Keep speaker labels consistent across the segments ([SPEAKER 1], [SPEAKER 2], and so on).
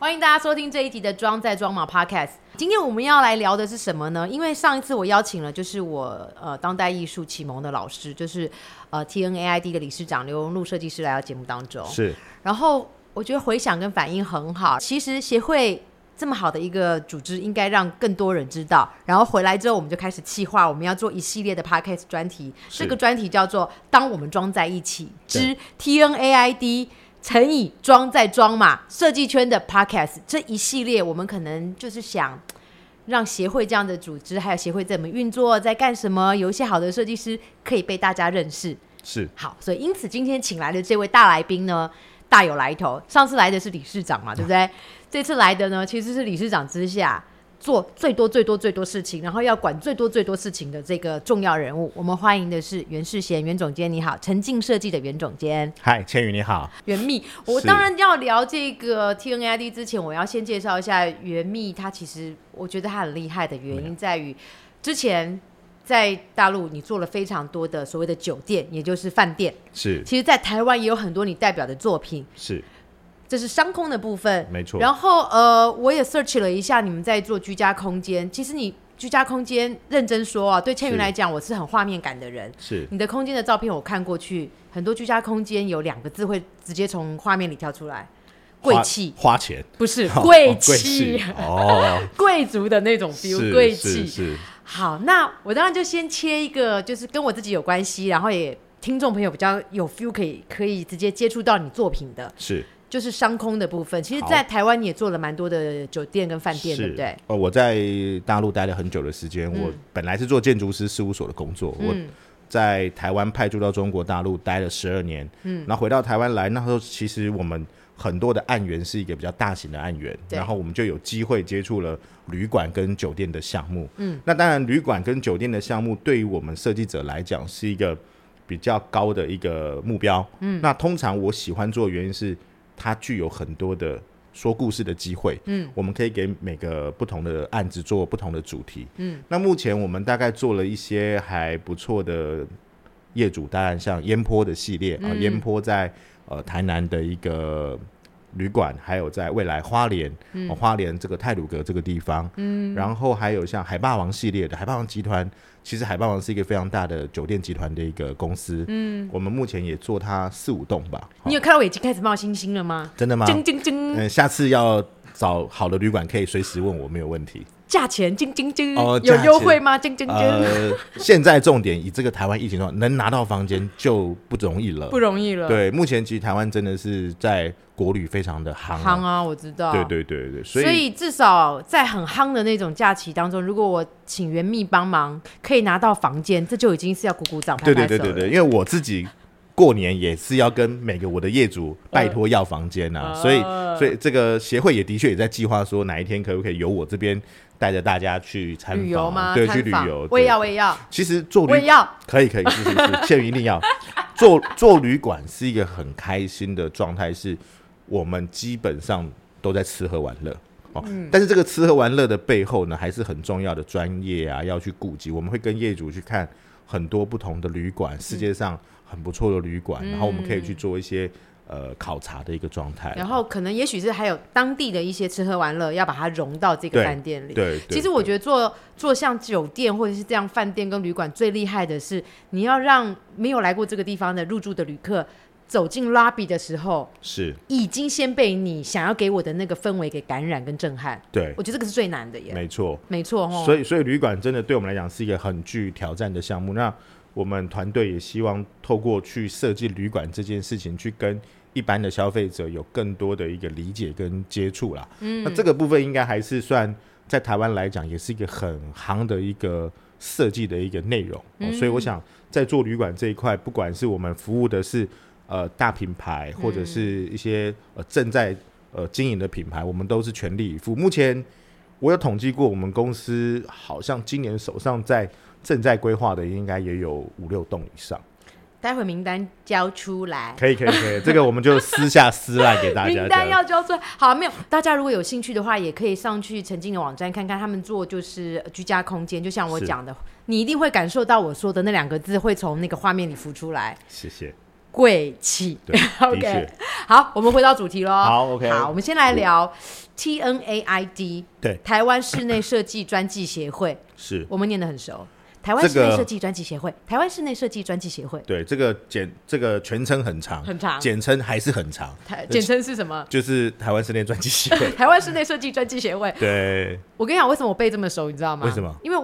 [SPEAKER 1] 欢迎大家收听这一集的《装在装马 Podcast》。今天我们要来聊的是什么呢？因为上一次我邀请了，就是我呃当代艺术启蒙的老师，就是呃 TNAID 的理事长刘荣禄设计师来到节目当中。
[SPEAKER 2] 是
[SPEAKER 1] 然后我觉得回响跟反应很好。其实协会这么好的一个组织，应该让更多人知道。然后回来之后，我们就开始企划，我们要做一系列的 podcast 专题。
[SPEAKER 2] 是
[SPEAKER 1] 这个专题叫做《当我们装在一起之 TNAID》。乘以装在装嘛，设计圈的 podcast 这一系列，我们可能就是想让协会这样的组织，还有协会怎么运作，在干什么，有一些好的设计师可以被大家认识。
[SPEAKER 2] 是，
[SPEAKER 1] 好，所以因此今天请来的这位大来宾呢，大有来头。上次来的是理事长嘛，对不对？这次来的呢，其实是理事长之下做最多最多最多事情，然后要管最多最多事情的这个重要人物。我们欢迎的是袁世贤袁总监，你好，沉浸设计的袁总监
[SPEAKER 2] 嗨，千羽你好，
[SPEAKER 1] 袁密。我
[SPEAKER 2] 是
[SPEAKER 1] 当然要聊这个 TNID 之前，我要先介绍一下袁密，他其实我觉得他很厉害的原因在于之前。在大陆，你做了非常多的所谓的酒店，也就是饭店，
[SPEAKER 2] 是
[SPEAKER 1] 其实，在台湾也有很多你代表的作品，
[SPEAKER 2] 是
[SPEAKER 1] 这是商空的部分，
[SPEAKER 2] 没错
[SPEAKER 1] 然后呃，我也 search 了一下你们在做居家空间，其实你居家空间认真说啊，对千云
[SPEAKER 2] 是
[SPEAKER 1] 来讲，我是很画面感的人。
[SPEAKER 2] 是
[SPEAKER 1] 你的空间的照片我看过去，很多居家空间有两个字会直接从画面里跳出来，贵
[SPEAKER 2] 花
[SPEAKER 1] 气
[SPEAKER 2] 花钱，
[SPEAKER 1] 不是
[SPEAKER 2] 哦
[SPEAKER 1] 贵
[SPEAKER 2] 贵
[SPEAKER 1] 气，
[SPEAKER 2] 哦，
[SPEAKER 1] 贵族的那种 feel，
[SPEAKER 2] 是
[SPEAKER 1] 贵
[SPEAKER 2] 是
[SPEAKER 1] 气。
[SPEAKER 2] 是，
[SPEAKER 1] 好，那我当然就先切一个，就是跟我自己有关系，然后也听众朋友比较有 feel，可以可以直接接触到你作品的，
[SPEAKER 2] 是
[SPEAKER 1] 就是商空的部分。其实，
[SPEAKER 2] 好
[SPEAKER 1] 在台湾你也做了蛮多的酒店跟饭店，对不对？？嗯
[SPEAKER 2] 呃，我在大陆待了很久的时间，我本来是做建筑师事务所的工作，我在台湾派驻到中国大陆待了十二年，嗯，然后回到台湾来，那时候其实我们很多的案源是一个比较大型的案源，
[SPEAKER 1] 对
[SPEAKER 2] 然后我们就有机会接触了旅馆跟酒店的项目，嗯，那当然旅馆跟酒店的项目对于我们设计者来讲是一个比较高的一个目标，嗯，那通常我喜欢做的原因是它具有很多的说故事的机会，嗯，我们可以给每个不同的案子做不同的主题，嗯，那目前我们大概做了一些还不错的业主，当然像烟坡的系列啊，烟、坡在呃台南的一个旅馆，还有在未来花莲、哦花莲这个泰鲁阁这个地方，嗯，然后还有像海霸王系列的海霸王集团，其实海霸王是一个非常大的酒店集团的一个公司，嗯，我们目前也做它四五栋吧，哦
[SPEAKER 1] 你有看到我已经开始冒星星了吗？
[SPEAKER 2] 真的吗？
[SPEAKER 1] 铮铮铮，
[SPEAKER 2] 嗯，下次要找好的旅馆可以随时问我，没有问题。
[SPEAKER 1] 价钱铮铮
[SPEAKER 2] 哦
[SPEAKER 1] 铮，
[SPEAKER 2] 价
[SPEAKER 1] 有
[SPEAKER 2] 钱
[SPEAKER 1] 优惠吗？铮铮铮，
[SPEAKER 2] 呃，现在重点以这个台湾疫情状况，能拿到房间就不容易了。
[SPEAKER 1] 不容易了。，
[SPEAKER 2] 对，目前其实台湾真的是在国旅非常的夯、
[SPEAKER 1] 行啊，我知道。
[SPEAKER 2] 对对对对，所
[SPEAKER 1] 所
[SPEAKER 2] 以
[SPEAKER 1] 以至少在很夯的那种假期当中，如果我请袁密帮忙，可以拿到房间，这就已经是要鼓鼓掌、拍
[SPEAKER 2] 对
[SPEAKER 1] 拍
[SPEAKER 2] 对
[SPEAKER 1] 手了。
[SPEAKER 2] 对对对，因为我自己过年也是要跟每个我的业主拜托要房间呐、
[SPEAKER 1] 呃
[SPEAKER 2] 所以
[SPEAKER 1] 呃
[SPEAKER 2] 所以这个协会也的确也在计划说哪一天可不可以由我这边带着大家去参访
[SPEAKER 1] 旅游吗？
[SPEAKER 2] 对，
[SPEAKER 1] 参
[SPEAKER 2] 去旅
[SPEAKER 1] 访
[SPEAKER 2] 游。
[SPEAKER 1] 我也
[SPEAKER 2] 对
[SPEAKER 1] 要，我也要，
[SPEAKER 2] 其实做旅
[SPEAKER 1] 我也要。
[SPEAKER 2] 可以可以，是是是，倩云一定要做做旅馆是一个很开心的状态，是我们基本上都在吃喝玩乐哦。
[SPEAKER 1] 嗯
[SPEAKER 2] 但是这个吃喝玩乐的背后呢，还是很重要的专业啊，要去顾及。我们会跟业主去看很多不同的旅馆，世界上很不错的旅馆，
[SPEAKER 1] 嗯
[SPEAKER 2] 然后我们可以去做一些呃考察的一个状态。
[SPEAKER 1] 然后可能也许是还有当地的一些吃喝玩乐，要把它融到这个
[SPEAKER 2] 对
[SPEAKER 1] 饭店里。
[SPEAKER 2] 对，
[SPEAKER 1] 其实我
[SPEAKER 2] 得
[SPEAKER 1] 觉得做做像酒店或者是这样饭店跟旅馆最厉害的是，你要让没有来过这个地方的入住的旅客走进 lobby 的时候，
[SPEAKER 2] 是
[SPEAKER 1] 已经先被你想要给我的那个氛围给感染跟震撼。
[SPEAKER 2] 对，
[SPEAKER 1] 我觉得这个是最难的耶，没
[SPEAKER 2] 没错。
[SPEAKER 1] 错哦。
[SPEAKER 2] 所以，所以旅馆真的对我们来讲是一个很具挑战的项目。那我们团队也希望透过去设计旅馆这件事情，去跟一般的消费者有更多的一个理解跟接触啦。嗯，那这个部分应该还是算在台湾来讲，也是一个很行的一个设计的一个内容、哦所以，我想在做旅馆这一块，不管是我们服务的是呃大品牌，或者是一些呃正在呃经营的品牌，我们都是全力以赴。目前我有统计过，我们公司好像今年手上在正在规划的，应该也有五六栋以上。
[SPEAKER 1] 待会名单交出来。
[SPEAKER 2] 可以，可以，可以，这个我们就私下撕烂给大家。
[SPEAKER 1] 名单要交出来，好，没有。大家如果有兴趣的话，也可以上去曾经的网站看看他们做就是呃居家空间，就像我
[SPEAKER 2] 是
[SPEAKER 1] 讲的，你一定会感受到我说的那两个字会从那个画面里浮出来。
[SPEAKER 2] 谢谢。
[SPEAKER 1] 贵气。
[SPEAKER 2] 对，的
[SPEAKER 1] OK，
[SPEAKER 2] 确，
[SPEAKER 1] 好，我们回到主题喽。
[SPEAKER 2] 好，OK，
[SPEAKER 1] 好，我们先来聊 TNAID，
[SPEAKER 2] 对
[SPEAKER 1] 台湾室内设计专技协会，
[SPEAKER 2] 是
[SPEAKER 1] 我们念得很熟。台湾
[SPEAKER 2] 这
[SPEAKER 1] 室内
[SPEAKER 2] 个
[SPEAKER 1] 设计专技协会，台湾室内设计专技协会，
[SPEAKER 2] 对这个简这个全称很长，
[SPEAKER 1] 很长
[SPEAKER 2] 简称还是很长，
[SPEAKER 1] 台简称是什么？。
[SPEAKER 2] 就是台湾室内专辑协会
[SPEAKER 1] 台湾室内设计专技协会。
[SPEAKER 2] 对，
[SPEAKER 1] 我跟你讲，为什么我背这么熟，你知道吗？
[SPEAKER 2] 为什么？
[SPEAKER 1] 因为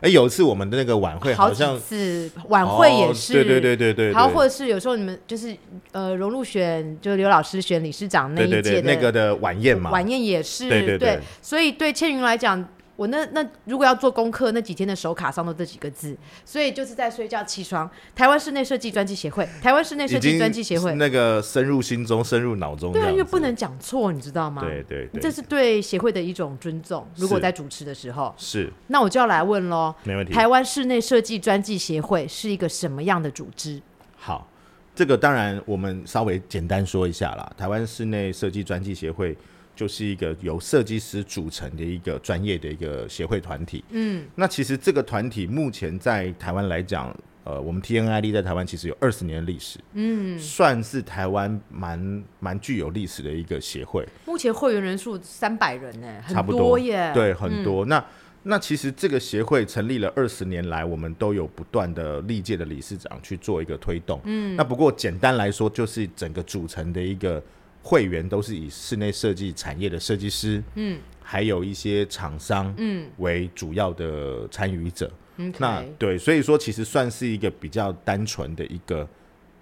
[SPEAKER 2] 哎，有一次我们的那个晚会
[SPEAKER 1] 好
[SPEAKER 2] 好
[SPEAKER 1] 几
[SPEAKER 2] 像
[SPEAKER 1] 次晚会也
[SPEAKER 2] 哦
[SPEAKER 1] 是，
[SPEAKER 2] 对对对对对，
[SPEAKER 1] 然后
[SPEAKER 2] 对
[SPEAKER 1] 或者是有时候你们就是呃，荣禄选就刘老师选理事长那
[SPEAKER 2] 对
[SPEAKER 1] 一
[SPEAKER 2] 对
[SPEAKER 1] 届
[SPEAKER 2] 对
[SPEAKER 1] 的
[SPEAKER 2] 那个的晚宴嘛，
[SPEAKER 1] 晚宴也是，
[SPEAKER 2] 对对对
[SPEAKER 1] 所以对倩云来讲。我那那如果要做功课，那几天的手卡上都这几个字，所以就是在睡觉、起床。台湾室内设计专技协会，台湾室内设
[SPEAKER 2] 已
[SPEAKER 1] 计
[SPEAKER 2] 经
[SPEAKER 1] 专技协会，
[SPEAKER 2] 那个深入心中、深入脑中
[SPEAKER 1] 对
[SPEAKER 2] 这样
[SPEAKER 1] 啊，因
[SPEAKER 2] 子，
[SPEAKER 1] 为不能讲错，你知道吗？
[SPEAKER 2] 对对
[SPEAKER 1] 这
[SPEAKER 2] 对，
[SPEAKER 1] 是对协会的一种尊重。如果
[SPEAKER 2] 是
[SPEAKER 1] 在主持的时候，
[SPEAKER 2] 是
[SPEAKER 1] 那我就要来问喽，
[SPEAKER 2] 没问题。
[SPEAKER 1] 台湾室内设计专技协会是一个什么样的组织？
[SPEAKER 2] 好，这个当然我们稍微简单说一下啦。台湾室内设计专技协会就是一个由设计师组成的一个专业的一个协会团体。嗯，那其实这个团体目前在台湾来讲，呃，我们 TNID 在台湾其实有二十年的历史，嗯，算是台湾蛮蛮具有历史的一个协会。
[SPEAKER 1] 目前会员人数三百人呢、
[SPEAKER 2] 差
[SPEAKER 1] 很
[SPEAKER 2] 不多嗯
[SPEAKER 1] 耶。
[SPEAKER 2] 对，很多。那那其实这个协会成立了二十年来，我们都有不断的历届的理事长去做一个推动。嗯，那不过简单来说，就是整个组成的一个会员都是以室内设计产业的设计师，嗯，还有一些厂商，嗯，为主要的参与者。
[SPEAKER 1] 嗯 OK，
[SPEAKER 2] 那对，所以说其实算是一个比较单纯的一个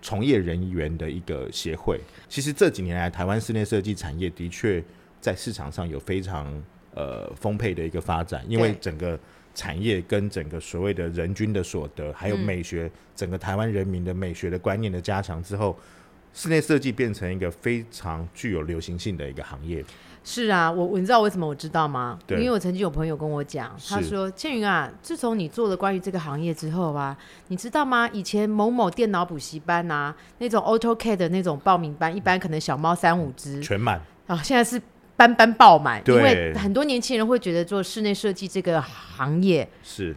[SPEAKER 2] 从业人员的一个协会。其实这几年来，台湾室内设计产业的确在市场上有非常呃丰沛的一个发展，因为
[SPEAKER 1] 对
[SPEAKER 2] 整个产业跟整个所谓的人均的所得，
[SPEAKER 1] 嗯
[SPEAKER 2] 还有美学，整个台湾人民的美学的观念的加强之后。室内设计变成一个非常具有流行性的一个行业，
[SPEAKER 1] 是啊，我我你知道为什么我知道吗？因
[SPEAKER 2] 对
[SPEAKER 1] 为我曾经有朋友跟我讲，
[SPEAKER 2] 是
[SPEAKER 1] 他说：“倩云啊，自从你做了关于这个行业之后啊，你知道吗？以前某某电脑补习班啊，那种 AutoCAD 的那种报名班，一般可能小猫三五只
[SPEAKER 2] 全满
[SPEAKER 1] 啊，现在是班班爆满，因
[SPEAKER 2] 嗯对
[SPEAKER 1] 为很多年轻人会觉得做室内设计这个行业
[SPEAKER 2] 是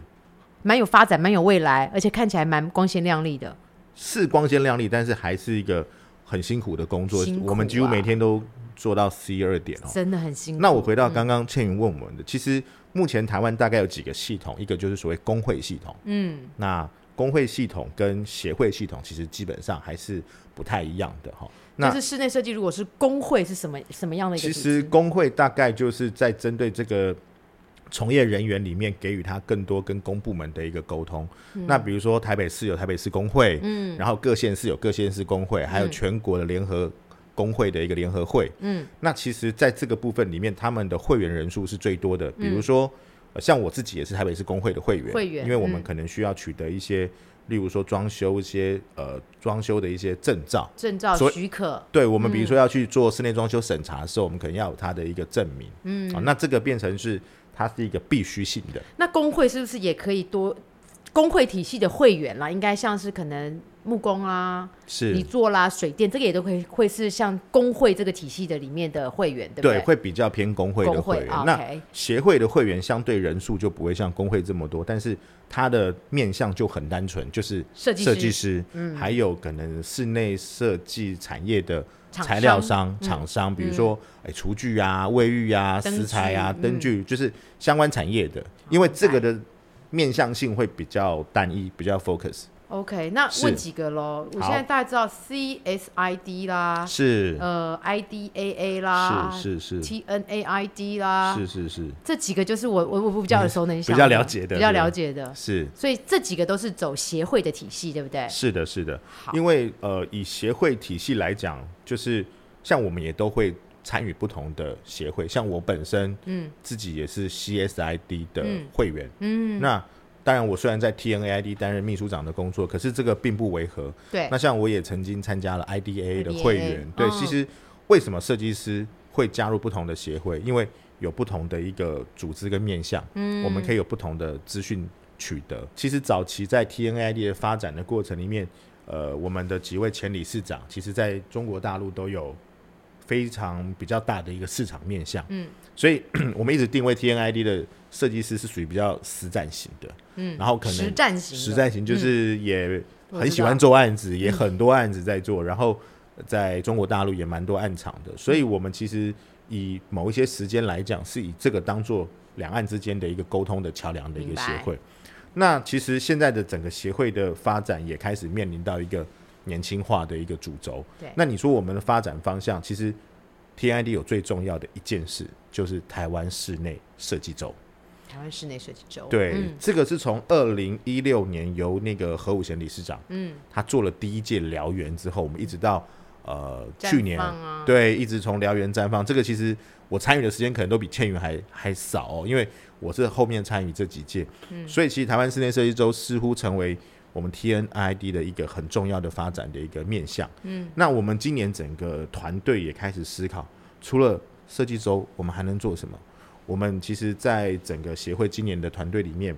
[SPEAKER 1] 蛮有发展、蛮有未来，而且看起来蛮光鲜亮丽的。
[SPEAKER 2] 是光鲜亮丽，但是还是一个很辛苦的工作。
[SPEAKER 1] 辛苦啊
[SPEAKER 2] 我们几乎每天都做到十一二点哦。
[SPEAKER 1] 真的很辛苦。嗯
[SPEAKER 2] 那我回到刚刚倩云问我们的，其实目前台湾大概有几个系统，一个就是所谓工会系统，
[SPEAKER 1] 嗯，
[SPEAKER 2] 那工会系统跟协会系统其实基本上还是不太一样的哈。那
[SPEAKER 1] 就是室内设计如果是工会是什么什么样的一个
[SPEAKER 2] 其
[SPEAKER 1] 组织？
[SPEAKER 2] 实工会大概就是在针对这个从业人员里面给予他更多跟公部门的一个沟通。
[SPEAKER 1] 嗯
[SPEAKER 2] 那比如说台北市有台北市工会，嗯，然后各县市有各县市工会，还有全国的联合工会的一个联合会，
[SPEAKER 1] 嗯，
[SPEAKER 2] 那其实在这个部分里面，他们的会员人数是最多的。比如说，呃像我自己也是台北市工会的会员，
[SPEAKER 1] 嗯会员
[SPEAKER 2] 因为我
[SPEAKER 1] 嗯
[SPEAKER 2] 们可能需要取得一些，例如说装修一些呃装修的一些证照。
[SPEAKER 1] 证照
[SPEAKER 2] 所以
[SPEAKER 1] 许可。
[SPEAKER 2] 对我们，比如说要去做室内装修审查的时候，我们可能要有它的一个证明，嗯、那这个变成是它是一个必须性的，
[SPEAKER 1] 那工会是不是也可以多？工会体系的会员啦，应该像是可能木工啦、
[SPEAKER 2] 是
[SPEAKER 1] 泥作啦、水电，这个也都可以会是像工会这个体系的里面的会员，对不
[SPEAKER 2] 对，
[SPEAKER 1] 对？
[SPEAKER 2] 会比较偏工会的
[SPEAKER 1] 工
[SPEAKER 2] 会
[SPEAKER 1] 会
[SPEAKER 2] 员。
[SPEAKER 1] 啊
[SPEAKER 2] 那
[SPEAKER 1] ，OK，
[SPEAKER 2] 协会的会员相对人数就不会像工会这么多，但是它的面向就很单纯，就是
[SPEAKER 1] 设计师嗯
[SPEAKER 2] 设计师，还有可能室内设计产业的
[SPEAKER 1] 厂
[SPEAKER 2] 材料
[SPEAKER 1] 商嗯
[SPEAKER 2] 商、厂商，比如说哎厨具啊、卫浴啊、
[SPEAKER 1] 灯
[SPEAKER 2] 食材啊、
[SPEAKER 1] 具嗯
[SPEAKER 2] 灯具，就是相关产业的，因为这个的面向性会比较单一，比较 focus。
[SPEAKER 1] OK，那
[SPEAKER 2] 是
[SPEAKER 1] 问几个喽？我
[SPEAKER 2] 好
[SPEAKER 1] 现在大家知道 CSID 啦，
[SPEAKER 2] 是
[SPEAKER 1] 呃啊 IDAA 啦，
[SPEAKER 2] 是是是
[SPEAKER 1] TNAID 啦，
[SPEAKER 2] 是是是
[SPEAKER 1] 这几个就是我我我比较耳熟能详的、
[SPEAKER 2] 嗯比较了解的
[SPEAKER 1] 比较
[SPEAKER 2] 是吧
[SPEAKER 1] 了解的。
[SPEAKER 2] 是
[SPEAKER 1] 所以这几个都是走协会的体系，对不对？
[SPEAKER 2] 是的，是的
[SPEAKER 1] 好，
[SPEAKER 2] 因为呃，以协会体系来讲，就是像我们也都会参与不同的协会，像我本身，嗯，自己也是 CSID 的会员，嗯，那当然我虽然在 TNAID 担任秘书长的工作，可是这个并不违和。
[SPEAKER 1] 对
[SPEAKER 2] 那，像我也曾经参加了 IDA 的
[SPEAKER 1] IDA
[SPEAKER 2] 会员，对，
[SPEAKER 1] 嗯
[SPEAKER 2] 其实为什么设计师会加入不同的协会？因为有不同的一个组织跟面向，嗯，我们可以有不同的资讯取得。其实早期在 TNID 的发展的过程里面，呃，我们的几位前理事长，其实在中国大陆都有非常比较大的一个市场面向，嗯，所以 我们一直定位 TNID 的设计师是属于比较实战型的，嗯，然后可能
[SPEAKER 1] 实战型的，
[SPEAKER 2] 实战型就是也
[SPEAKER 1] 我
[SPEAKER 2] 很
[SPEAKER 1] 知
[SPEAKER 2] 喜
[SPEAKER 1] 道嗯
[SPEAKER 2] 欢做案子，也很多案子在做，然后在中国大陆也蛮多案场的，所以
[SPEAKER 1] 嗯
[SPEAKER 2] 我们其实以某一些时间来讲，是以这个当做两岸之间的一个沟通的桥梁的一个
[SPEAKER 1] 明白
[SPEAKER 2] 协会。那其实现在的整个协会的发展也开始面临到一个年轻化的一个主轴
[SPEAKER 1] 对。
[SPEAKER 2] 那你说我们的发展方向，其实 TID 有最重要的一件事，就是台湾室内设计周。
[SPEAKER 1] 台湾室内设计周，
[SPEAKER 2] 对，
[SPEAKER 1] 嗯
[SPEAKER 2] 这个是从二零一六年由那个何武贤理事长，嗯，他做了第一届燎原之后，我们一直到呃
[SPEAKER 1] 绽
[SPEAKER 2] 去年，
[SPEAKER 1] 放啊
[SPEAKER 2] 对，一直从燎原绽放。这个其实我参与的时间可能都比倩云还还少、哦，因为我是后面参与这几届，
[SPEAKER 1] 嗯
[SPEAKER 2] 所以其实台湾室内设计周似乎成为我们 TNID 的一个很重要的发展的一个面向。嗯，那我们今年整个团队也开始思考，除了设计周，我们还能做什么？我们其实，在整个协会今年的团队里面，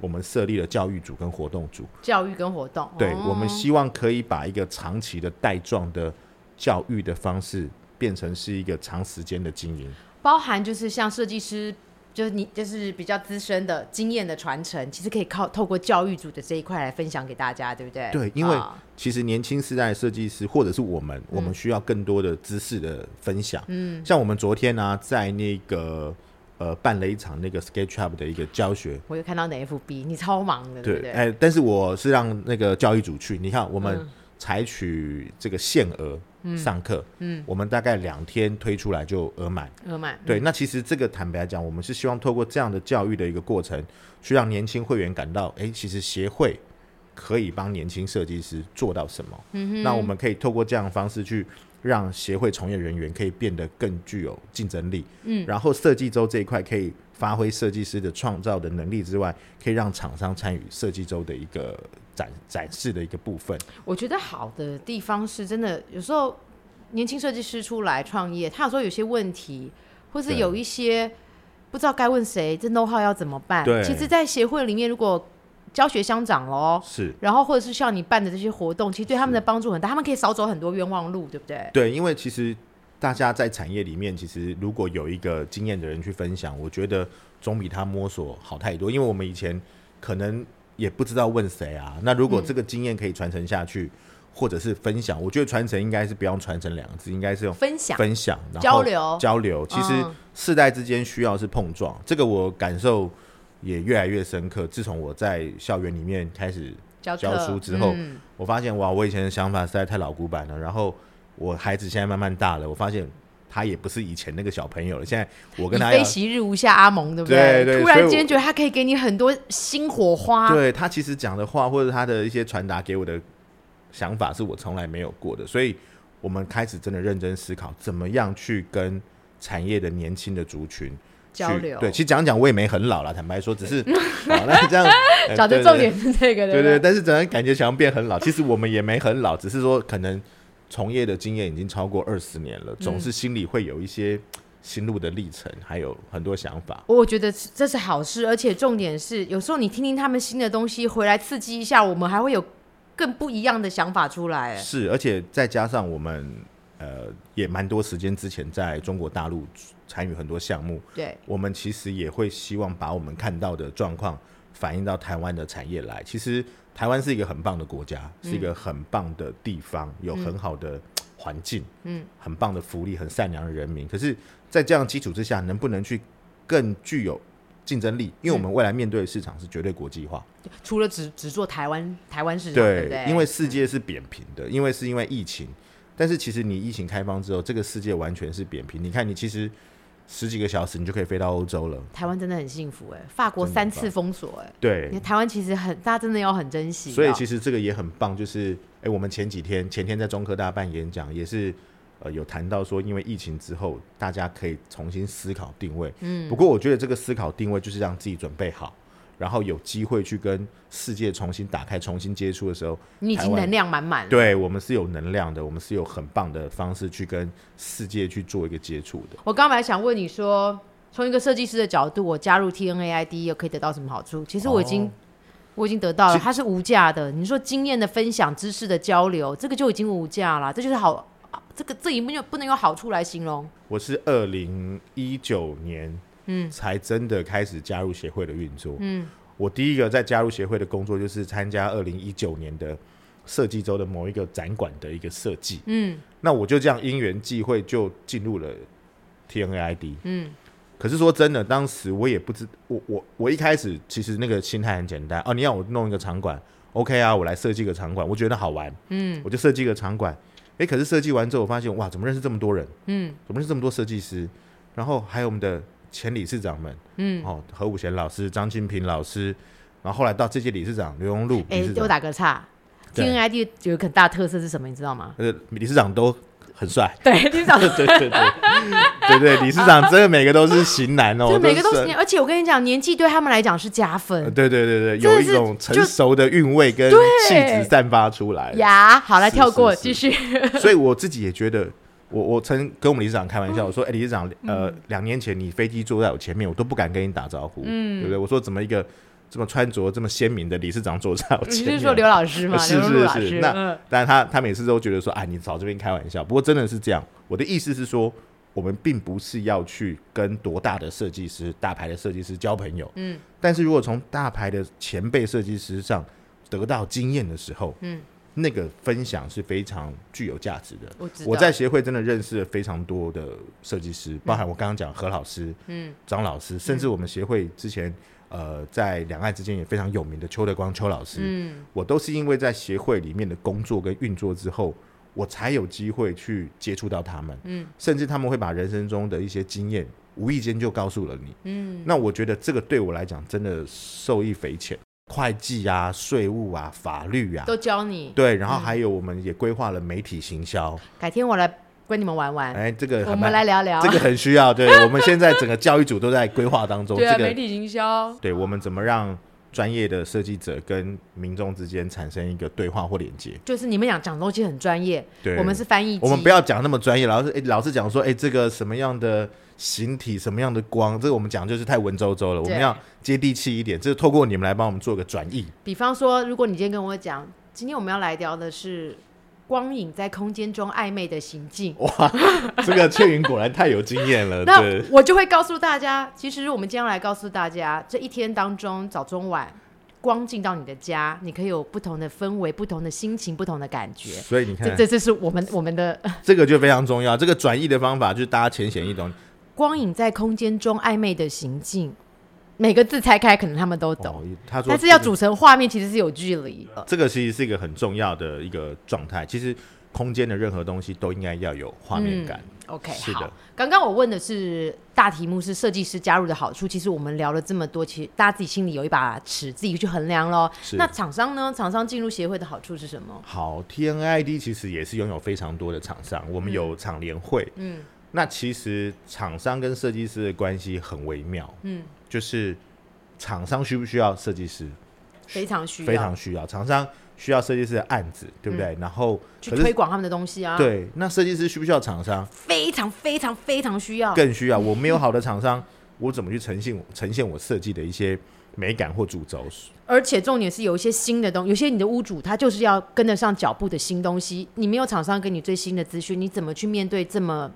[SPEAKER 2] 我们设立了教育组跟活动组。
[SPEAKER 1] 教育跟活动，
[SPEAKER 2] 对，
[SPEAKER 1] 哦
[SPEAKER 2] 我们希望可以把一个长期的带状的教育的方式，变成是一个长时间的经营。
[SPEAKER 1] 包含就是像设计师，就是你就是比较资深的经验的传承，其实可以靠透过教育组的这一块来分享给大家，对不对？
[SPEAKER 2] 对，因为
[SPEAKER 1] 啊嗯
[SPEAKER 2] 其实年轻世代的设计师，或者是我们，我们需要更多的知识的分享。嗯，像我们昨天呢、在那个呃办了一场那个 SketchUp 的一个教学。
[SPEAKER 1] 我有看到你的 FB，你超忙的，对不对？
[SPEAKER 2] 对，哎、但是我是让那个教育组去。你看，我们
[SPEAKER 1] 嗯
[SPEAKER 2] 采取这个限额上课，嗯，我们大概两天推出来就额满。
[SPEAKER 1] 额满，
[SPEAKER 2] 对，那其实这个坦白讲，我们是希望透过这样的教育的一个过程，去让年轻会员感到，诶，其实协会可以帮年轻设计师做到什么。嗯、那我们可以透过这样的方式去让协会从业人员可以变得更具有竞争力。嗯，然后设计周这一块可以发挥设计师的创造的能力之外，可以让厂商参与设计周的一个展展示的一个部分。
[SPEAKER 1] 我觉得好的地方是真的，有时候年轻设计师出来创业，他有时候有些问题，或是
[SPEAKER 2] 对
[SPEAKER 1] 有一些不知道该问谁，这 know how 要怎么办？
[SPEAKER 2] 对
[SPEAKER 1] 其实，在协会里面，如果教学相长喽，
[SPEAKER 2] 是。
[SPEAKER 1] 然后或者是像你办的这些活动，其实对他们的帮助很大，他们可以少走很多冤枉路，对不对？
[SPEAKER 2] 对，因为其实大家在产业里面，其实如果有一个经验的人去分享，我觉得总比他摸索好太多。因为我们以前可能也不知道问谁啊，那
[SPEAKER 1] 嗯
[SPEAKER 2] 如果这个经验可以传承下去，或者是分享，我觉得传承应该是不用传承两个字，应该是用
[SPEAKER 1] 分享
[SPEAKER 2] 分享、然后
[SPEAKER 1] 交流
[SPEAKER 2] 交流。其实
[SPEAKER 1] 嗯
[SPEAKER 2] 世代之间需要是碰撞，这个我感受也越来越深刻。自从我在校园里面开始
[SPEAKER 1] 教
[SPEAKER 2] 教
[SPEAKER 1] 课
[SPEAKER 2] 书之后
[SPEAKER 1] 嗯
[SPEAKER 2] 我发现哇，我以前的想法实在太老古板了。然后我孩子现在慢慢大了，我发现他也不是以前那个小朋友了。现在我跟他
[SPEAKER 1] 以
[SPEAKER 2] 要
[SPEAKER 1] 非昔日无下阿蒙，对不
[SPEAKER 2] 对对
[SPEAKER 1] 突
[SPEAKER 2] 所以
[SPEAKER 1] 然
[SPEAKER 2] 我
[SPEAKER 1] 间觉得他可以给你很多新火花，
[SPEAKER 2] 对他其实讲的话或者他的一些传达给我的想法是我从来没有过的，所以我们开始真的认真思考怎么样去跟产业的年轻的族群。
[SPEAKER 1] 交
[SPEAKER 2] 去
[SPEAKER 1] 流
[SPEAKER 2] 对，其实讲讲我也没很老啦，坦白说，只 是好那这样呃
[SPEAKER 1] 讲的
[SPEAKER 2] 对对
[SPEAKER 1] 重点是这个，
[SPEAKER 2] 对
[SPEAKER 1] 不
[SPEAKER 2] 对，但是整个感觉想要变很老，其 实我们也没很老，只是说可能从业的经验已经超过二十年了，总是心里会有一些心路的历程，还有很多想法。
[SPEAKER 1] 我觉得这是好事，而且重点是，有时候你听听他们新的东西回来刺激一下，我们还会有更不一样的想法出来。哎
[SPEAKER 2] 是，而且再加上我们呃也蛮多时间之前在中国大陆参与很多项目，
[SPEAKER 1] 对，
[SPEAKER 2] 我们其实也会希望把我们看到的状况反映到台湾的产业来。其实台湾是一个很棒的国家，
[SPEAKER 1] 嗯
[SPEAKER 2] 是一个很棒的地方，有很好的环境，嗯，很棒的福利，很善良的人民。可是，在这样基础之下，能不能去更具有竞争力？因为我们未来面对的市场是绝对国际化，
[SPEAKER 1] 除了只只做台湾台湾市场，啊对
[SPEAKER 2] 对
[SPEAKER 1] 不对？
[SPEAKER 2] 因为世界是扁平的，因为是因为疫情。但是其实你疫情开放之后，这个世界完全是扁平。你看，你其实十几个小时你就可以飞到欧洲了。
[SPEAKER 1] 台湾真的很幸福哎，法国
[SPEAKER 2] 真的
[SPEAKER 1] 三
[SPEAKER 2] 很棒
[SPEAKER 1] 次封锁哎，
[SPEAKER 2] 对
[SPEAKER 1] 你，看台湾其实很大家真的要很珍惜啊。
[SPEAKER 2] 所以其实这个也很棒，就是哎、诶我们前几天前天在中科大办演讲，也是呃有谈到说，因为疫情之后，大家可以重新思考定位。嗯，不过我觉得这个思考定位就是让自己准备好，然后有机会去跟世界重新打开、重新接触的时候，
[SPEAKER 1] 你已经
[SPEAKER 2] 台湾
[SPEAKER 1] 能量满满了。
[SPEAKER 2] 对我们是有能量的，我们是有很棒的方式去跟世界去做一个接触的。
[SPEAKER 1] 我刚本来想问你说，从一个设计师的角度，我加入 TNAID 又可以得到什么好处？其实我已经、
[SPEAKER 2] 哦
[SPEAKER 1] 我已经得到了，
[SPEAKER 2] 其
[SPEAKER 1] 它是无价的。你说经验的分享、知识的交流，这个就已经无价了，这就是好，啊这个这一幕就不能用好处来形容。
[SPEAKER 2] 我是二零一九年，嗯，才真的开始加入协会的运作。嗯，我第一个在加入协会的工作就是参加二零一九年的设计周的某一个展馆的一个设计。
[SPEAKER 1] 嗯
[SPEAKER 2] 那我就这样因缘际会就进入了 TNAID。
[SPEAKER 1] 嗯
[SPEAKER 2] 可是说真的，当时我也不知我我我一开始其实那个心态很简单哦，你要我弄一个场馆，OK 啊，我来设计一个场馆，我觉得好玩，
[SPEAKER 1] 嗯
[SPEAKER 2] 我就设计一个场馆。诶，可是设计完之后，我发现哇，怎么认识这么多人？
[SPEAKER 1] 嗯
[SPEAKER 2] 怎么认识这么多设计师？然后还有我们的前理事长们，
[SPEAKER 1] 嗯。
[SPEAKER 2] 哦，何武贤老师、张金平老师，然后后来到这届理事长刘荣禄
[SPEAKER 1] 哎、
[SPEAKER 2] 理事
[SPEAKER 1] 我
[SPEAKER 2] 长，
[SPEAKER 1] 打个岔
[SPEAKER 2] 对
[SPEAKER 1] ，TNID 有一个很大的特色是什么？你知道吗？
[SPEAKER 2] 呃，理事长都很帅，
[SPEAKER 1] 对，你长
[SPEAKER 2] 对对对 对对，理事长真的每个都是型男哦，
[SPEAKER 1] 就每个都
[SPEAKER 2] 是
[SPEAKER 1] 是年，而且我跟你讲，年纪对他们来讲是加
[SPEAKER 2] 呃
[SPEAKER 1] 分
[SPEAKER 2] 对对对对，
[SPEAKER 1] 真的
[SPEAKER 2] 有一
[SPEAKER 1] 是
[SPEAKER 2] 种
[SPEAKER 1] 就
[SPEAKER 2] 成熟的韵味跟气质散发出来。
[SPEAKER 1] 呀。好，来
[SPEAKER 2] 呃是
[SPEAKER 1] 跳
[SPEAKER 2] 是
[SPEAKER 1] 过，
[SPEAKER 2] 是
[SPEAKER 1] 继续。
[SPEAKER 2] 所以我自己也觉得，我我曾跟我们理事长开玩笑，我说：“哎、理事长，呃，
[SPEAKER 1] 嗯
[SPEAKER 2] 两年前你飞机坐在我前面，我都不敢跟你打招呼，
[SPEAKER 1] 嗯
[SPEAKER 2] 对不对？”我说：“怎么一个这么穿着这么鲜明的理事长坐在我
[SPEAKER 1] 你
[SPEAKER 2] 前面？”
[SPEAKER 1] 是说刘老师吗？
[SPEAKER 2] 是
[SPEAKER 1] 刘
[SPEAKER 2] 是
[SPEAKER 1] 露老
[SPEAKER 2] 是
[SPEAKER 1] 师，
[SPEAKER 2] 那
[SPEAKER 1] 嗯
[SPEAKER 2] 但他他每次都觉得说，哎，你找这边开玩笑。不过真的是这样，我的意思是说，我们并不是要去跟多大的设计师、大牌的设计师交朋友，
[SPEAKER 1] 嗯，
[SPEAKER 2] 但是如果从大牌的前辈设计师上得到经验的时候，
[SPEAKER 1] 嗯，
[SPEAKER 2] 那个分享是非常具有价值的。
[SPEAKER 1] 我知道。
[SPEAKER 2] 我在协会真的认识了非常多的设计师，包含我刚刚讲何老师、
[SPEAKER 1] 嗯
[SPEAKER 2] 张老师，甚至我们协会之前呃在两岸之间也非常有名的邱德光邱老师，
[SPEAKER 1] 嗯
[SPEAKER 2] 我都是因为在协会里面的工作跟运作之后，我才有机会去接触到他们，
[SPEAKER 1] 嗯，
[SPEAKER 2] 甚至他们会把人生中的一些经验无意间就告诉了你。
[SPEAKER 1] 嗯
[SPEAKER 2] 那我觉得这个对我来讲真的受益匪浅，会计啊、税务啊、法律啊，
[SPEAKER 1] 都教你。
[SPEAKER 2] 对，然后还有我们也规划了媒体行销，
[SPEAKER 1] 改天我来跟你们玩玩，
[SPEAKER 2] 哎，这个
[SPEAKER 1] 嗯我
[SPEAKER 2] 还
[SPEAKER 1] 们
[SPEAKER 2] 蛮
[SPEAKER 1] 来聊聊
[SPEAKER 2] 这。个很需 要，对我们现在整个教育组都在规划当中，
[SPEAKER 1] 对啊，
[SPEAKER 2] 这
[SPEAKER 1] 媒
[SPEAKER 2] 个
[SPEAKER 1] 体营销。
[SPEAKER 2] 对我们怎么让专业的设计者跟民众之间产生一个对话或连接。
[SPEAKER 1] 就是你们俩讲东西很专业，
[SPEAKER 2] 对，
[SPEAKER 1] 我们是翻译机。
[SPEAKER 2] 我们不要讲那么专业，老是、诶老是讲说，哎、这个什么样的形体，什么样的光，这个我们讲就是太文绉绉了。我
[SPEAKER 1] 对
[SPEAKER 2] 们要接地气一点，这是透过你们来帮我们做个转译。
[SPEAKER 1] 比方说，如果你今天跟我讲，今天我们要来聊的是光影在空间中暧昧的行径，
[SPEAKER 2] 哇，这个倩云果然太有经验 了。
[SPEAKER 1] 那
[SPEAKER 2] 哦对，
[SPEAKER 1] 我就会告诉大家，其实我们今天要来告诉大家，这一天当中早中晚。光进到你的家，你可以有不同的氛围、不同的心情、不同的感 觉。
[SPEAKER 2] 所以你
[SPEAKER 1] 这
[SPEAKER 2] 看，
[SPEAKER 1] 这这是我们我们的
[SPEAKER 2] 这个就非常重要。这个转译的方法就是大家浅显易懂。
[SPEAKER 1] 光影在空间中暧昧的行径，每个字拆开可能他们都懂，
[SPEAKER 2] 哦，他说，
[SPEAKER 1] 但是要组成画面其实是有距离的。
[SPEAKER 2] 这个其实是一个很重要的一个状态。其实空间的任何东西都应该要有画
[SPEAKER 1] 嗯
[SPEAKER 2] 面感。
[SPEAKER 1] OK，
[SPEAKER 2] 是的
[SPEAKER 1] 好。刚刚我问的是大题目是设计师加入的好处，其实我们聊了这么多，其实大家自己心里有一把尺，自己去衡量咯。
[SPEAKER 2] 是
[SPEAKER 1] 那厂商呢？厂商进入协会的好处是什么？
[SPEAKER 2] 好，TNID 其实也是拥有非常多的厂商，我们有厂联会，
[SPEAKER 1] 嗯
[SPEAKER 2] 那其实厂商跟设计师的关系很微妙，
[SPEAKER 1] 嗯，
[SPEAKER 2] 就是厂商需不需要设计师？
[SPEAKER 1] 非常需要，嗯
[SPEAKER 2] 非常需要，厂商需要设计师的案子，对不对？然后
[SPEAKER 1] 去
[SPEAKER 2] 可
[SPEAKER 1] 推
[SPEAKER 2] 是
[SPEAKER 1] 广他们的东西啊。，
[SPEAKER 2] 对，那设计师需不需要厂商？
[SPEAKER 1] 非常非常非常需要。
[SPEAKER 2] 更需要。我没有好的厂商，我怎么去呈现我呈现我设计的一些美感或主轴？
[SPEAKER 1] 而且重点是有一些新的东有些你的屋主他就是要跟得上脚步的新东西，你没有厂商给你最新的资讯，你怎么去面对这么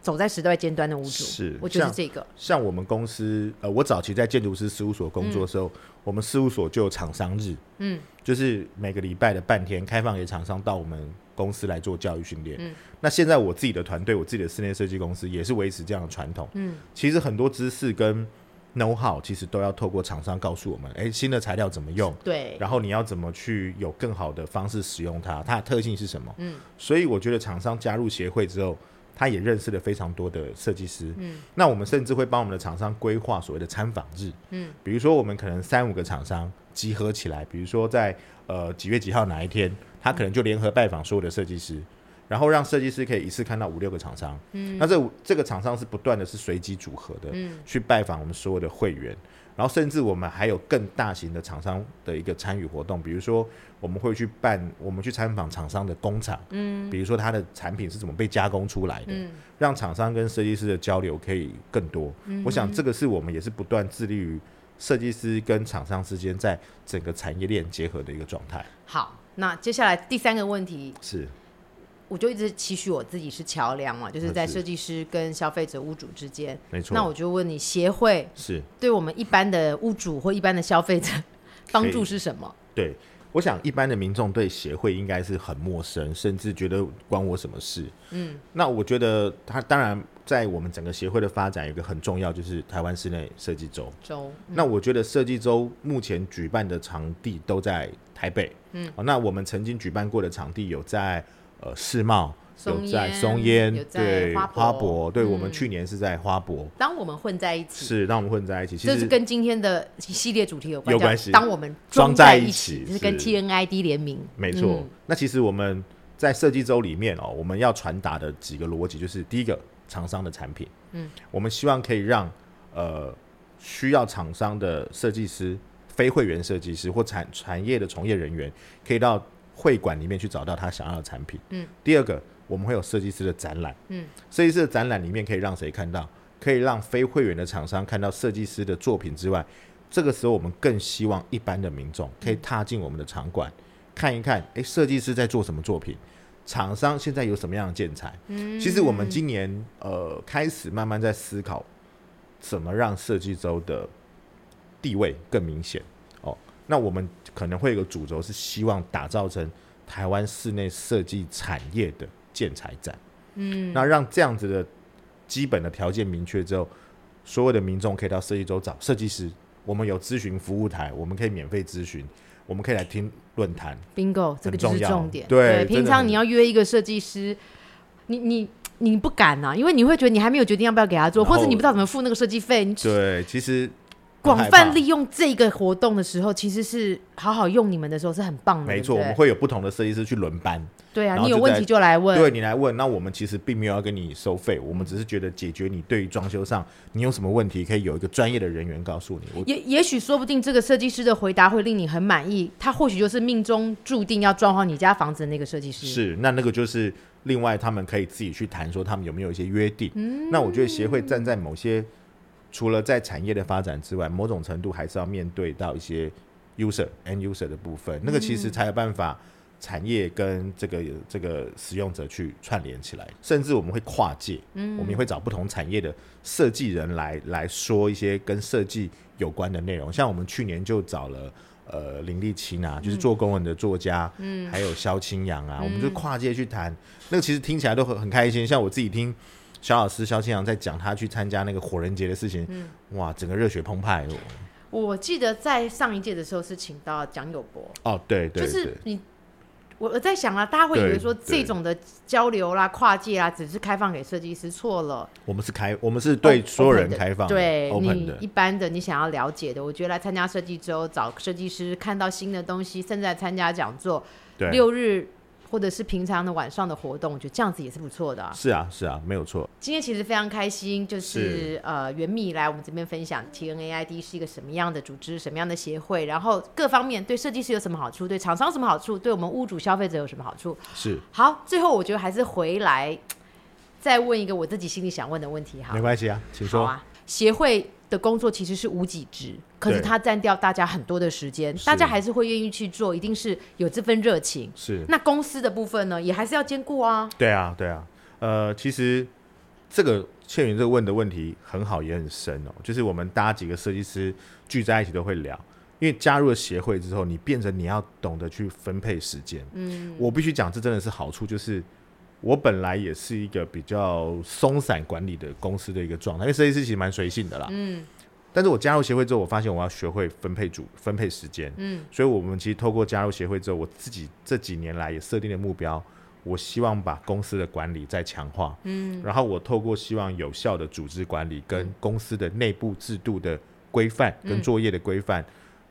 [SPEAKER 1] 走在时代尖端的屋主？
[SPEAKER 2] 是
[SPEAKER 1] 我觉得
[SPEAKER 2] 像
[SPEAKER 1] 是这个。
[SPEAKER 2] 像我们公司，呃，我早期在建筑师事务所工作的时候，我们事务所就有厂商日，
[SPEAKER 1] 嗯，
[SPEAKER 2] 就是每个礼拜的半天开放给厂商到我们公司来做教育训练。
[SPEAKER 1] 嗯，
[SPEAKER 2] 那现在我自己的团队，我自己的室内设计公司也是维持这样的传统。
[SPEAKER 1] 嗯，
[SPEAKER 2] 其实很多知识跟 know how 其实都要透过厂商告诉我们，哎，新的材料怎么用，
[SPEAKER 1] 对，
[SPEAKER 2] 然后你要怎么去有更好的方式使用它，它的特性是什么？
[SPEAKER 1] 嗯，
[SPEAKER 2] 所以我觉得厂商加入协会之后，他也认识了非常多的设计师。
[SPEAKER 1] 嗯，
[SPEAKER 2] 那我们甚至会帮我们的厂商规划所谓的参访日。
[SPEAKER 1] 嗯，
[SPEAKER 2] 比如说我们可能三五个厂商集合起来，比如说在呃几月几号哪一天，他可能就联合拜访所有的设计师。然后让设计师可以一次看到五六个厂商，嗯，那这五这个厂商是不断的是随机组合的，
[SPEAKER 1] 嗯，
[SPEAKER 2] 去拜访我们所有的会员，然后甚至我们还有更大型的厂商的一个参与活动，比如说我们会去办，我们去参访厂商的工厂，嗯，比如说它的产品是怎么被加工出来的，
[SPEAKER 1] 嗯
[SPEAKER 2] 让厂商跟设计师的交流可以更多。我想这个是我们也是不断致力于设计师跟厂商之间在整个产业链结合的一个状态。
[SPEAKER 1] 好，那接下来第三个问题，
[SPEAKER 2] 是，
[SPEAKER 1] 我就一直期许我自己是桥梁嘛，就是在
[SPEAKER 2] 是
[SPEAKER 1] 设计师跟消费者、屋主之间。
[SPEAKER 2] 没错。
[SPEAKER 1] 那我就问你，协会
[SPEAKER 2] 是
[SPEAKER 1] 对我们一般的屋主或一般的消费者帮助是什么？
[SPEAKER 2] 对。我想一般的民众对协会应该是很陌生，甚至觉得关我什么事。嗯，那我觉得它当然在我们整个协会的发展有一个很重要，就是台湾室内设计周。
[SPEAKER 1] 周
[SPEAKER 2] 那我觉得设计周目前举办的场地都在台北，嗯，哦，那我们曾经举办过的场地有在呃世贸，
[SPEAKER 1] 松
[SPEAKER 2] 有在
[SPEAKER 1] 烟
[SPEAKER 2] 松烟
[SPEAKER 1] 有，在
[SPEAKER 2] 对
[SPEAKER 1] 花
[SPEAKER 2] 花
[SPEAKER 1] 博
[SPEAKER 2] 博，对我们
[SPEAKER 1] 嗯
[SPEAKER 2] 去年是在花博，
[SPEAKER 1] 当我们混在一起，
[SPEAKER 2] 是让我们混在一起，其
[SPEAKER 1] 这是
[SPEAKER 2] 实
[SPEAKER 1] 跟今天的系列主题有关。
[SPEAKER 2] 有
[SPEAKER 1] 叫
[SPEAKER 2] 关系
[SPEAKER 1] 当我们
[SPEAKER 2] 装
[SPEAKER 1] 在
[SPEAKER 2] 在
[SPEAKER 1] 一
[SPEAKER 2] 一起
[SPEAKER 1] 这是跟
[SPEAKER 2] 是
[SPEAKER 1] TNID 联名。
[SPEAKER 2] 没错。
[SPEAKER 1] 嗯
[SPEAKER 2] 那其实我们在设计周里面哦，我们要传达的几个逻辑就是：第一个，厂商的产品，嗯，我们希望可以让呃需要厂商的设计师、非会员设计师或产产业的从业人员，可以到会馆里面去找到他想要的产品。
[SPEAKER 1] 嗯，
[SPEAKER 2] 第二个，我们会有设计师的展览，
[SPEAKER 1] 嗯，
[SPEAKER 2] 设计师的展览里面可以让谁看到？可以让非会员的厂商看到设计师的作品之外，这个时候我们更希望一般的民众可
[SPEAKER 1] 嗯
[SPEAKER 2] 以踏进我们的场馆，看一看，诶，设计师在做什么作品，厂商现在有什么样的建材。嗯，其实我们今年呃开始慢慢在思考，怎么让设计周的地位更明显哦。那我们可能会有个主轴是希望打造成台湾室内设计产业的建材展。嗯，那让这样子的基本的条件明确之后，所有的民众可以到设计周找设计师。我们有咨询服务台，我们可以免费咨询，我们可以来听论坛，
[SPEAKER 1] Bingo，这个就是
[SPEAKER 2] 重要
[SPEAKER 1] 重点。
[SPEAKER 2] 对
[SPEAKER 1] 平
[SPEAKER 2] 真的
[SPEAKER 1] 常
[SPEAKER 2] 很
[SPEAKER 1] 你要约一个设计师，你你你不敢啊，因为你会觉得你还没有决定要不要给他做，
[SPEAKER 2] 然后
[SPEAKER 1] 或者你不知道怎么付那个设计费。你
[SPEAKER 2] 对，其实很
[SPEAKER 1] 广
[SPEAKER 2] 害怕
[SPEAKER 1] 泛利用这个活动的时候，其实是好好用你们的时候是很棒的。对
[SPEAKER 2] 没
[SPEAKER 1] 不
[SPEAKER 2] 错，我
[SPEAKER 1] 对
[SPEAKER 2] 们会有不同的设计师去轮班，
[SPEAKER 1] 对啊，
[SPEAKER 2] 然后
[SPEAKER 1] 你有
[SPEAKER 2] 就
[SPEAKER 1] 问
[SPEAKER 2] 在
[SPEAKER 1] 题就来问。
[SPEAKER 2] 对你来问。那我们其实并没有要跟你收费，我们只是觉得解决你对于装修上你有什么问题，可以有一个专业的人员告诉你。我
[SPEAKER 1] 也也许说不定这个设计师的回答会令你很满意，他或许就是命中注定要装潢你家房子的那个设计师。
[SPEAKER 2] 是那那个就是另外他们可以自己去谈说他们有没有一些约定。那我觉得协会站在某些除了在产业的发展之外，某种程度还是要面对到一些 user and user 的部分，那个其实才有办法。产业跟这个这个使用者去串联起来，甚至我们会跨界，嗯，我们也会找不同产业的设计人来来说一些跟设计有关的内容。像我们去年就找了呃林立清
[SPEAKER 1] 嗯
[SPEAKER 2] 啊，就是做公文的作家，嗯，还有萧清扬啊，我们就跨界去谈。那个其实听起来都很很开心，像我自己听小老师萧清扬在讲他去参加那个火人节的事情，
[SPEAKER 1] 嗯
[SPEAKER 2] 哇，整个热血澎湃哦！
[SPEAKER 1] 我记得在上一届的时候是请到蒋友柏，
[SPEAKER 2] 哦，对对
[SPEAKER 1] 就
[SPEAKER 2] 对，
[SPEAKER 1] 是你，我我在想啊，大家会以为
[SPEAKER 2] 对
[SPEAKER 1] 说这
[SPEAKER 2] 对
[SPEAKER 1] 种的交流啦、跨界啦，只是开放给设计师，错了。
[SPEAKER 2] 我们是开，我们是对
[SPEAKER 1] Op-
[SPEAKER 2] 所有
[SPEAKER 1] 哦 open
[SPEAKER 2] 人
[SPEAKER 1] 的
[SPEAKER 2] 开放的
[SPEAKER 1] 对
[SPEAKER 2] ，open
[SPEAKER 1] 你
[SPEAKER 2] 的
[SPEAKER 1] 一，般的你想要了解的，我觉得来参加设计周，找设计师看到新的东西，甚至来参加讲座，
[SPEAKER 2] 对，
[SPEAKER 1] 六日或者是平常的晚上的活动，我觉得这样子也是不错的啊、
[SPEAKER 2] 是啊是啊，没有错，
[SPEAKER 1] 今天其实非常开心，就是
[SPEAKER 2] 是
[SPEAKER 1] 呃，袁米来我们这边分享 TNAID 是一个什么样的组织、什么样的协会，然后各方面对设计师有什么好处，对厂商有什么好处，对我们屋主消费者有什么好处。
[SPEAKER 2] 是
[SPEAKER 1] 好，最后我觉得还是回来再问一个我自己心里想问的问题哈
[SPEAKER 2] 没。关系啊，请
[SPEAKER 1] 好
[SPEAKER 2] 说，
[SPEAKER 1] 啊，协会的工作其实是无几职，可是
[SPEAKER 2] 对
[SPEAKER 1] 它占掉大家很多的时间，
[SPEAKER 2] 是
[SPEAKER 1] 大家还是会愿意去做，一定是有这份热情。
[SPEAKER 2] 是，
[SPEAKER 1] 那公司的部分呢，也还是要兼顾啊。
[SPEAKER 2] 对啊对啊，呃，其实这个倩云这个问的问题很好，也很深哦，就是我们大家几个设计师聚在一起都会聊。因为加入了协会之后，你变成你要懂得去分配时间。嗯，我必须讲，这真的是好处，就是我本来也是一个比较松散管理的公司的一个状态，因为设计师其实蛮随性的啦。嗯，但是我加入协会之后，我发现我要学会分配组分配时间。嗯，所以我们其实透过加入协会之后，我自己这几年来也设定的目标，我希望把公司的管理再强化。嗯，然后我透过希望有效的组织管理跟公司的内部制度的规范跟作业的规范。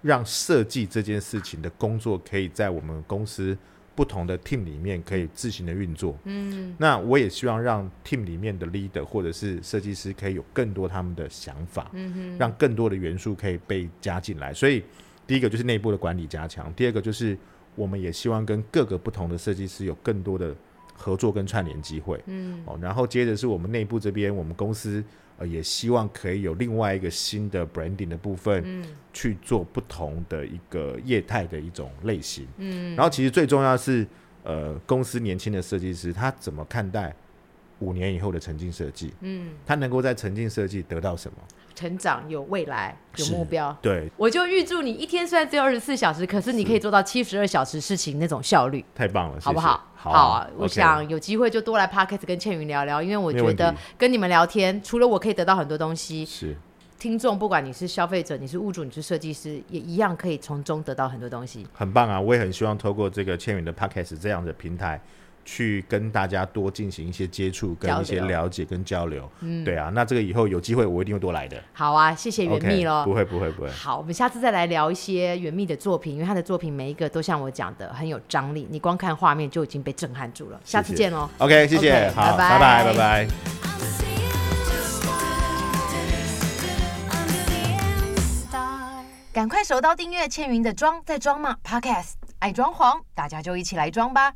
[SPEAKER 2] 让设计这件事情的工作可以在我们公司不同的 team 里面可以自行的运作。嗯，那我也希望让 team 里面的 leader 或者是设计师可以有更多他们的想法，嗯、让更多的元素可以被加进来。所以第一个就是内部的管理加强，第二个就是我们也希望跟各个不同的设计师有更多的合作跟串联机会。嗯，哦，然后接着是我们内部这边，我们公司。呃，也希望可以有另外一个新的 branding 的部分，去做不同的一个业态的一种类型。嗯，然后其实最重要的是，呃，公司年轻的设计师他怎么看待五年以后的沉浸设计，嗯，他能够在沉浸设计得到什么？
[SPEAKER 1] 成长有未来，有
[SPEAKER 2] 是
[SPEAKER 1] 目标。
[SPEAKER 2] 对，
[SPEAKER 1] 我就预祝你一天虽然只有二十四小时，可是你可以做到七十二小时事情那种效率，
[SPEAKER 2] 太棒了，谢谢
[SPEAKER 1] 好不好？
[SPEAKER 2] 好
[SPEAKER 1] 啊我
[SPEAKER 2] OK
[SPEAKER 1] 想有机会就多来 Podcast 跟倩云聊聊，因为我
[SPEAKER 2] 没有
[SPEAKER 1] 觉
[SPEAKER 2] 问题
[SPEAKER 1] 得跟你们聊天，除了我可以得到很多东西，
[SPEAKER 2] 是
[SPEAKER 1] 听众不管你是消费者，你是屋主，你是设计师，也一样可以从中得到很多东西。
[SPEAKER 2] 很棒啊！我也很希望透过这个千云的 Podcast 这样的平台，去跟大家多进行一些接触、跟一些
[SPEAKER 1] 交流
[SPEAKER 2] 了解跟交流。对啊，那这个以后有机会我一定会多来的。
[SPEAKER 1] 好啊，谢谢袁密
[SPEAKER 2] OK，
[SPEAKER 1] 喽。
[SPEAKER 2] 不会不会不会，
[SPEAKER 1] 好，我们下次再来聊一些袁密的作品，因为他的作品每一个都像我讲的很有张力，你光看画面就已经被震撼住了。下次
[SPEAKER 2] 谢谢
[SPEAKER 1] 见喽。哦
[SPEAKER 2] OK，谢谢
[SPEAKER 1] OK，拜
[SPEAKER 2] 好，拜
[SPEAKER 1] 拜
[SPEAKER 2] 拜拜拜。
[SPEAKER 3] I'm seeing just under the end star.
[SPEAKER 1] 赶快手刀订阅倩云的妆在装嘛 Podcast，爱装潢，大家就一起来装吧。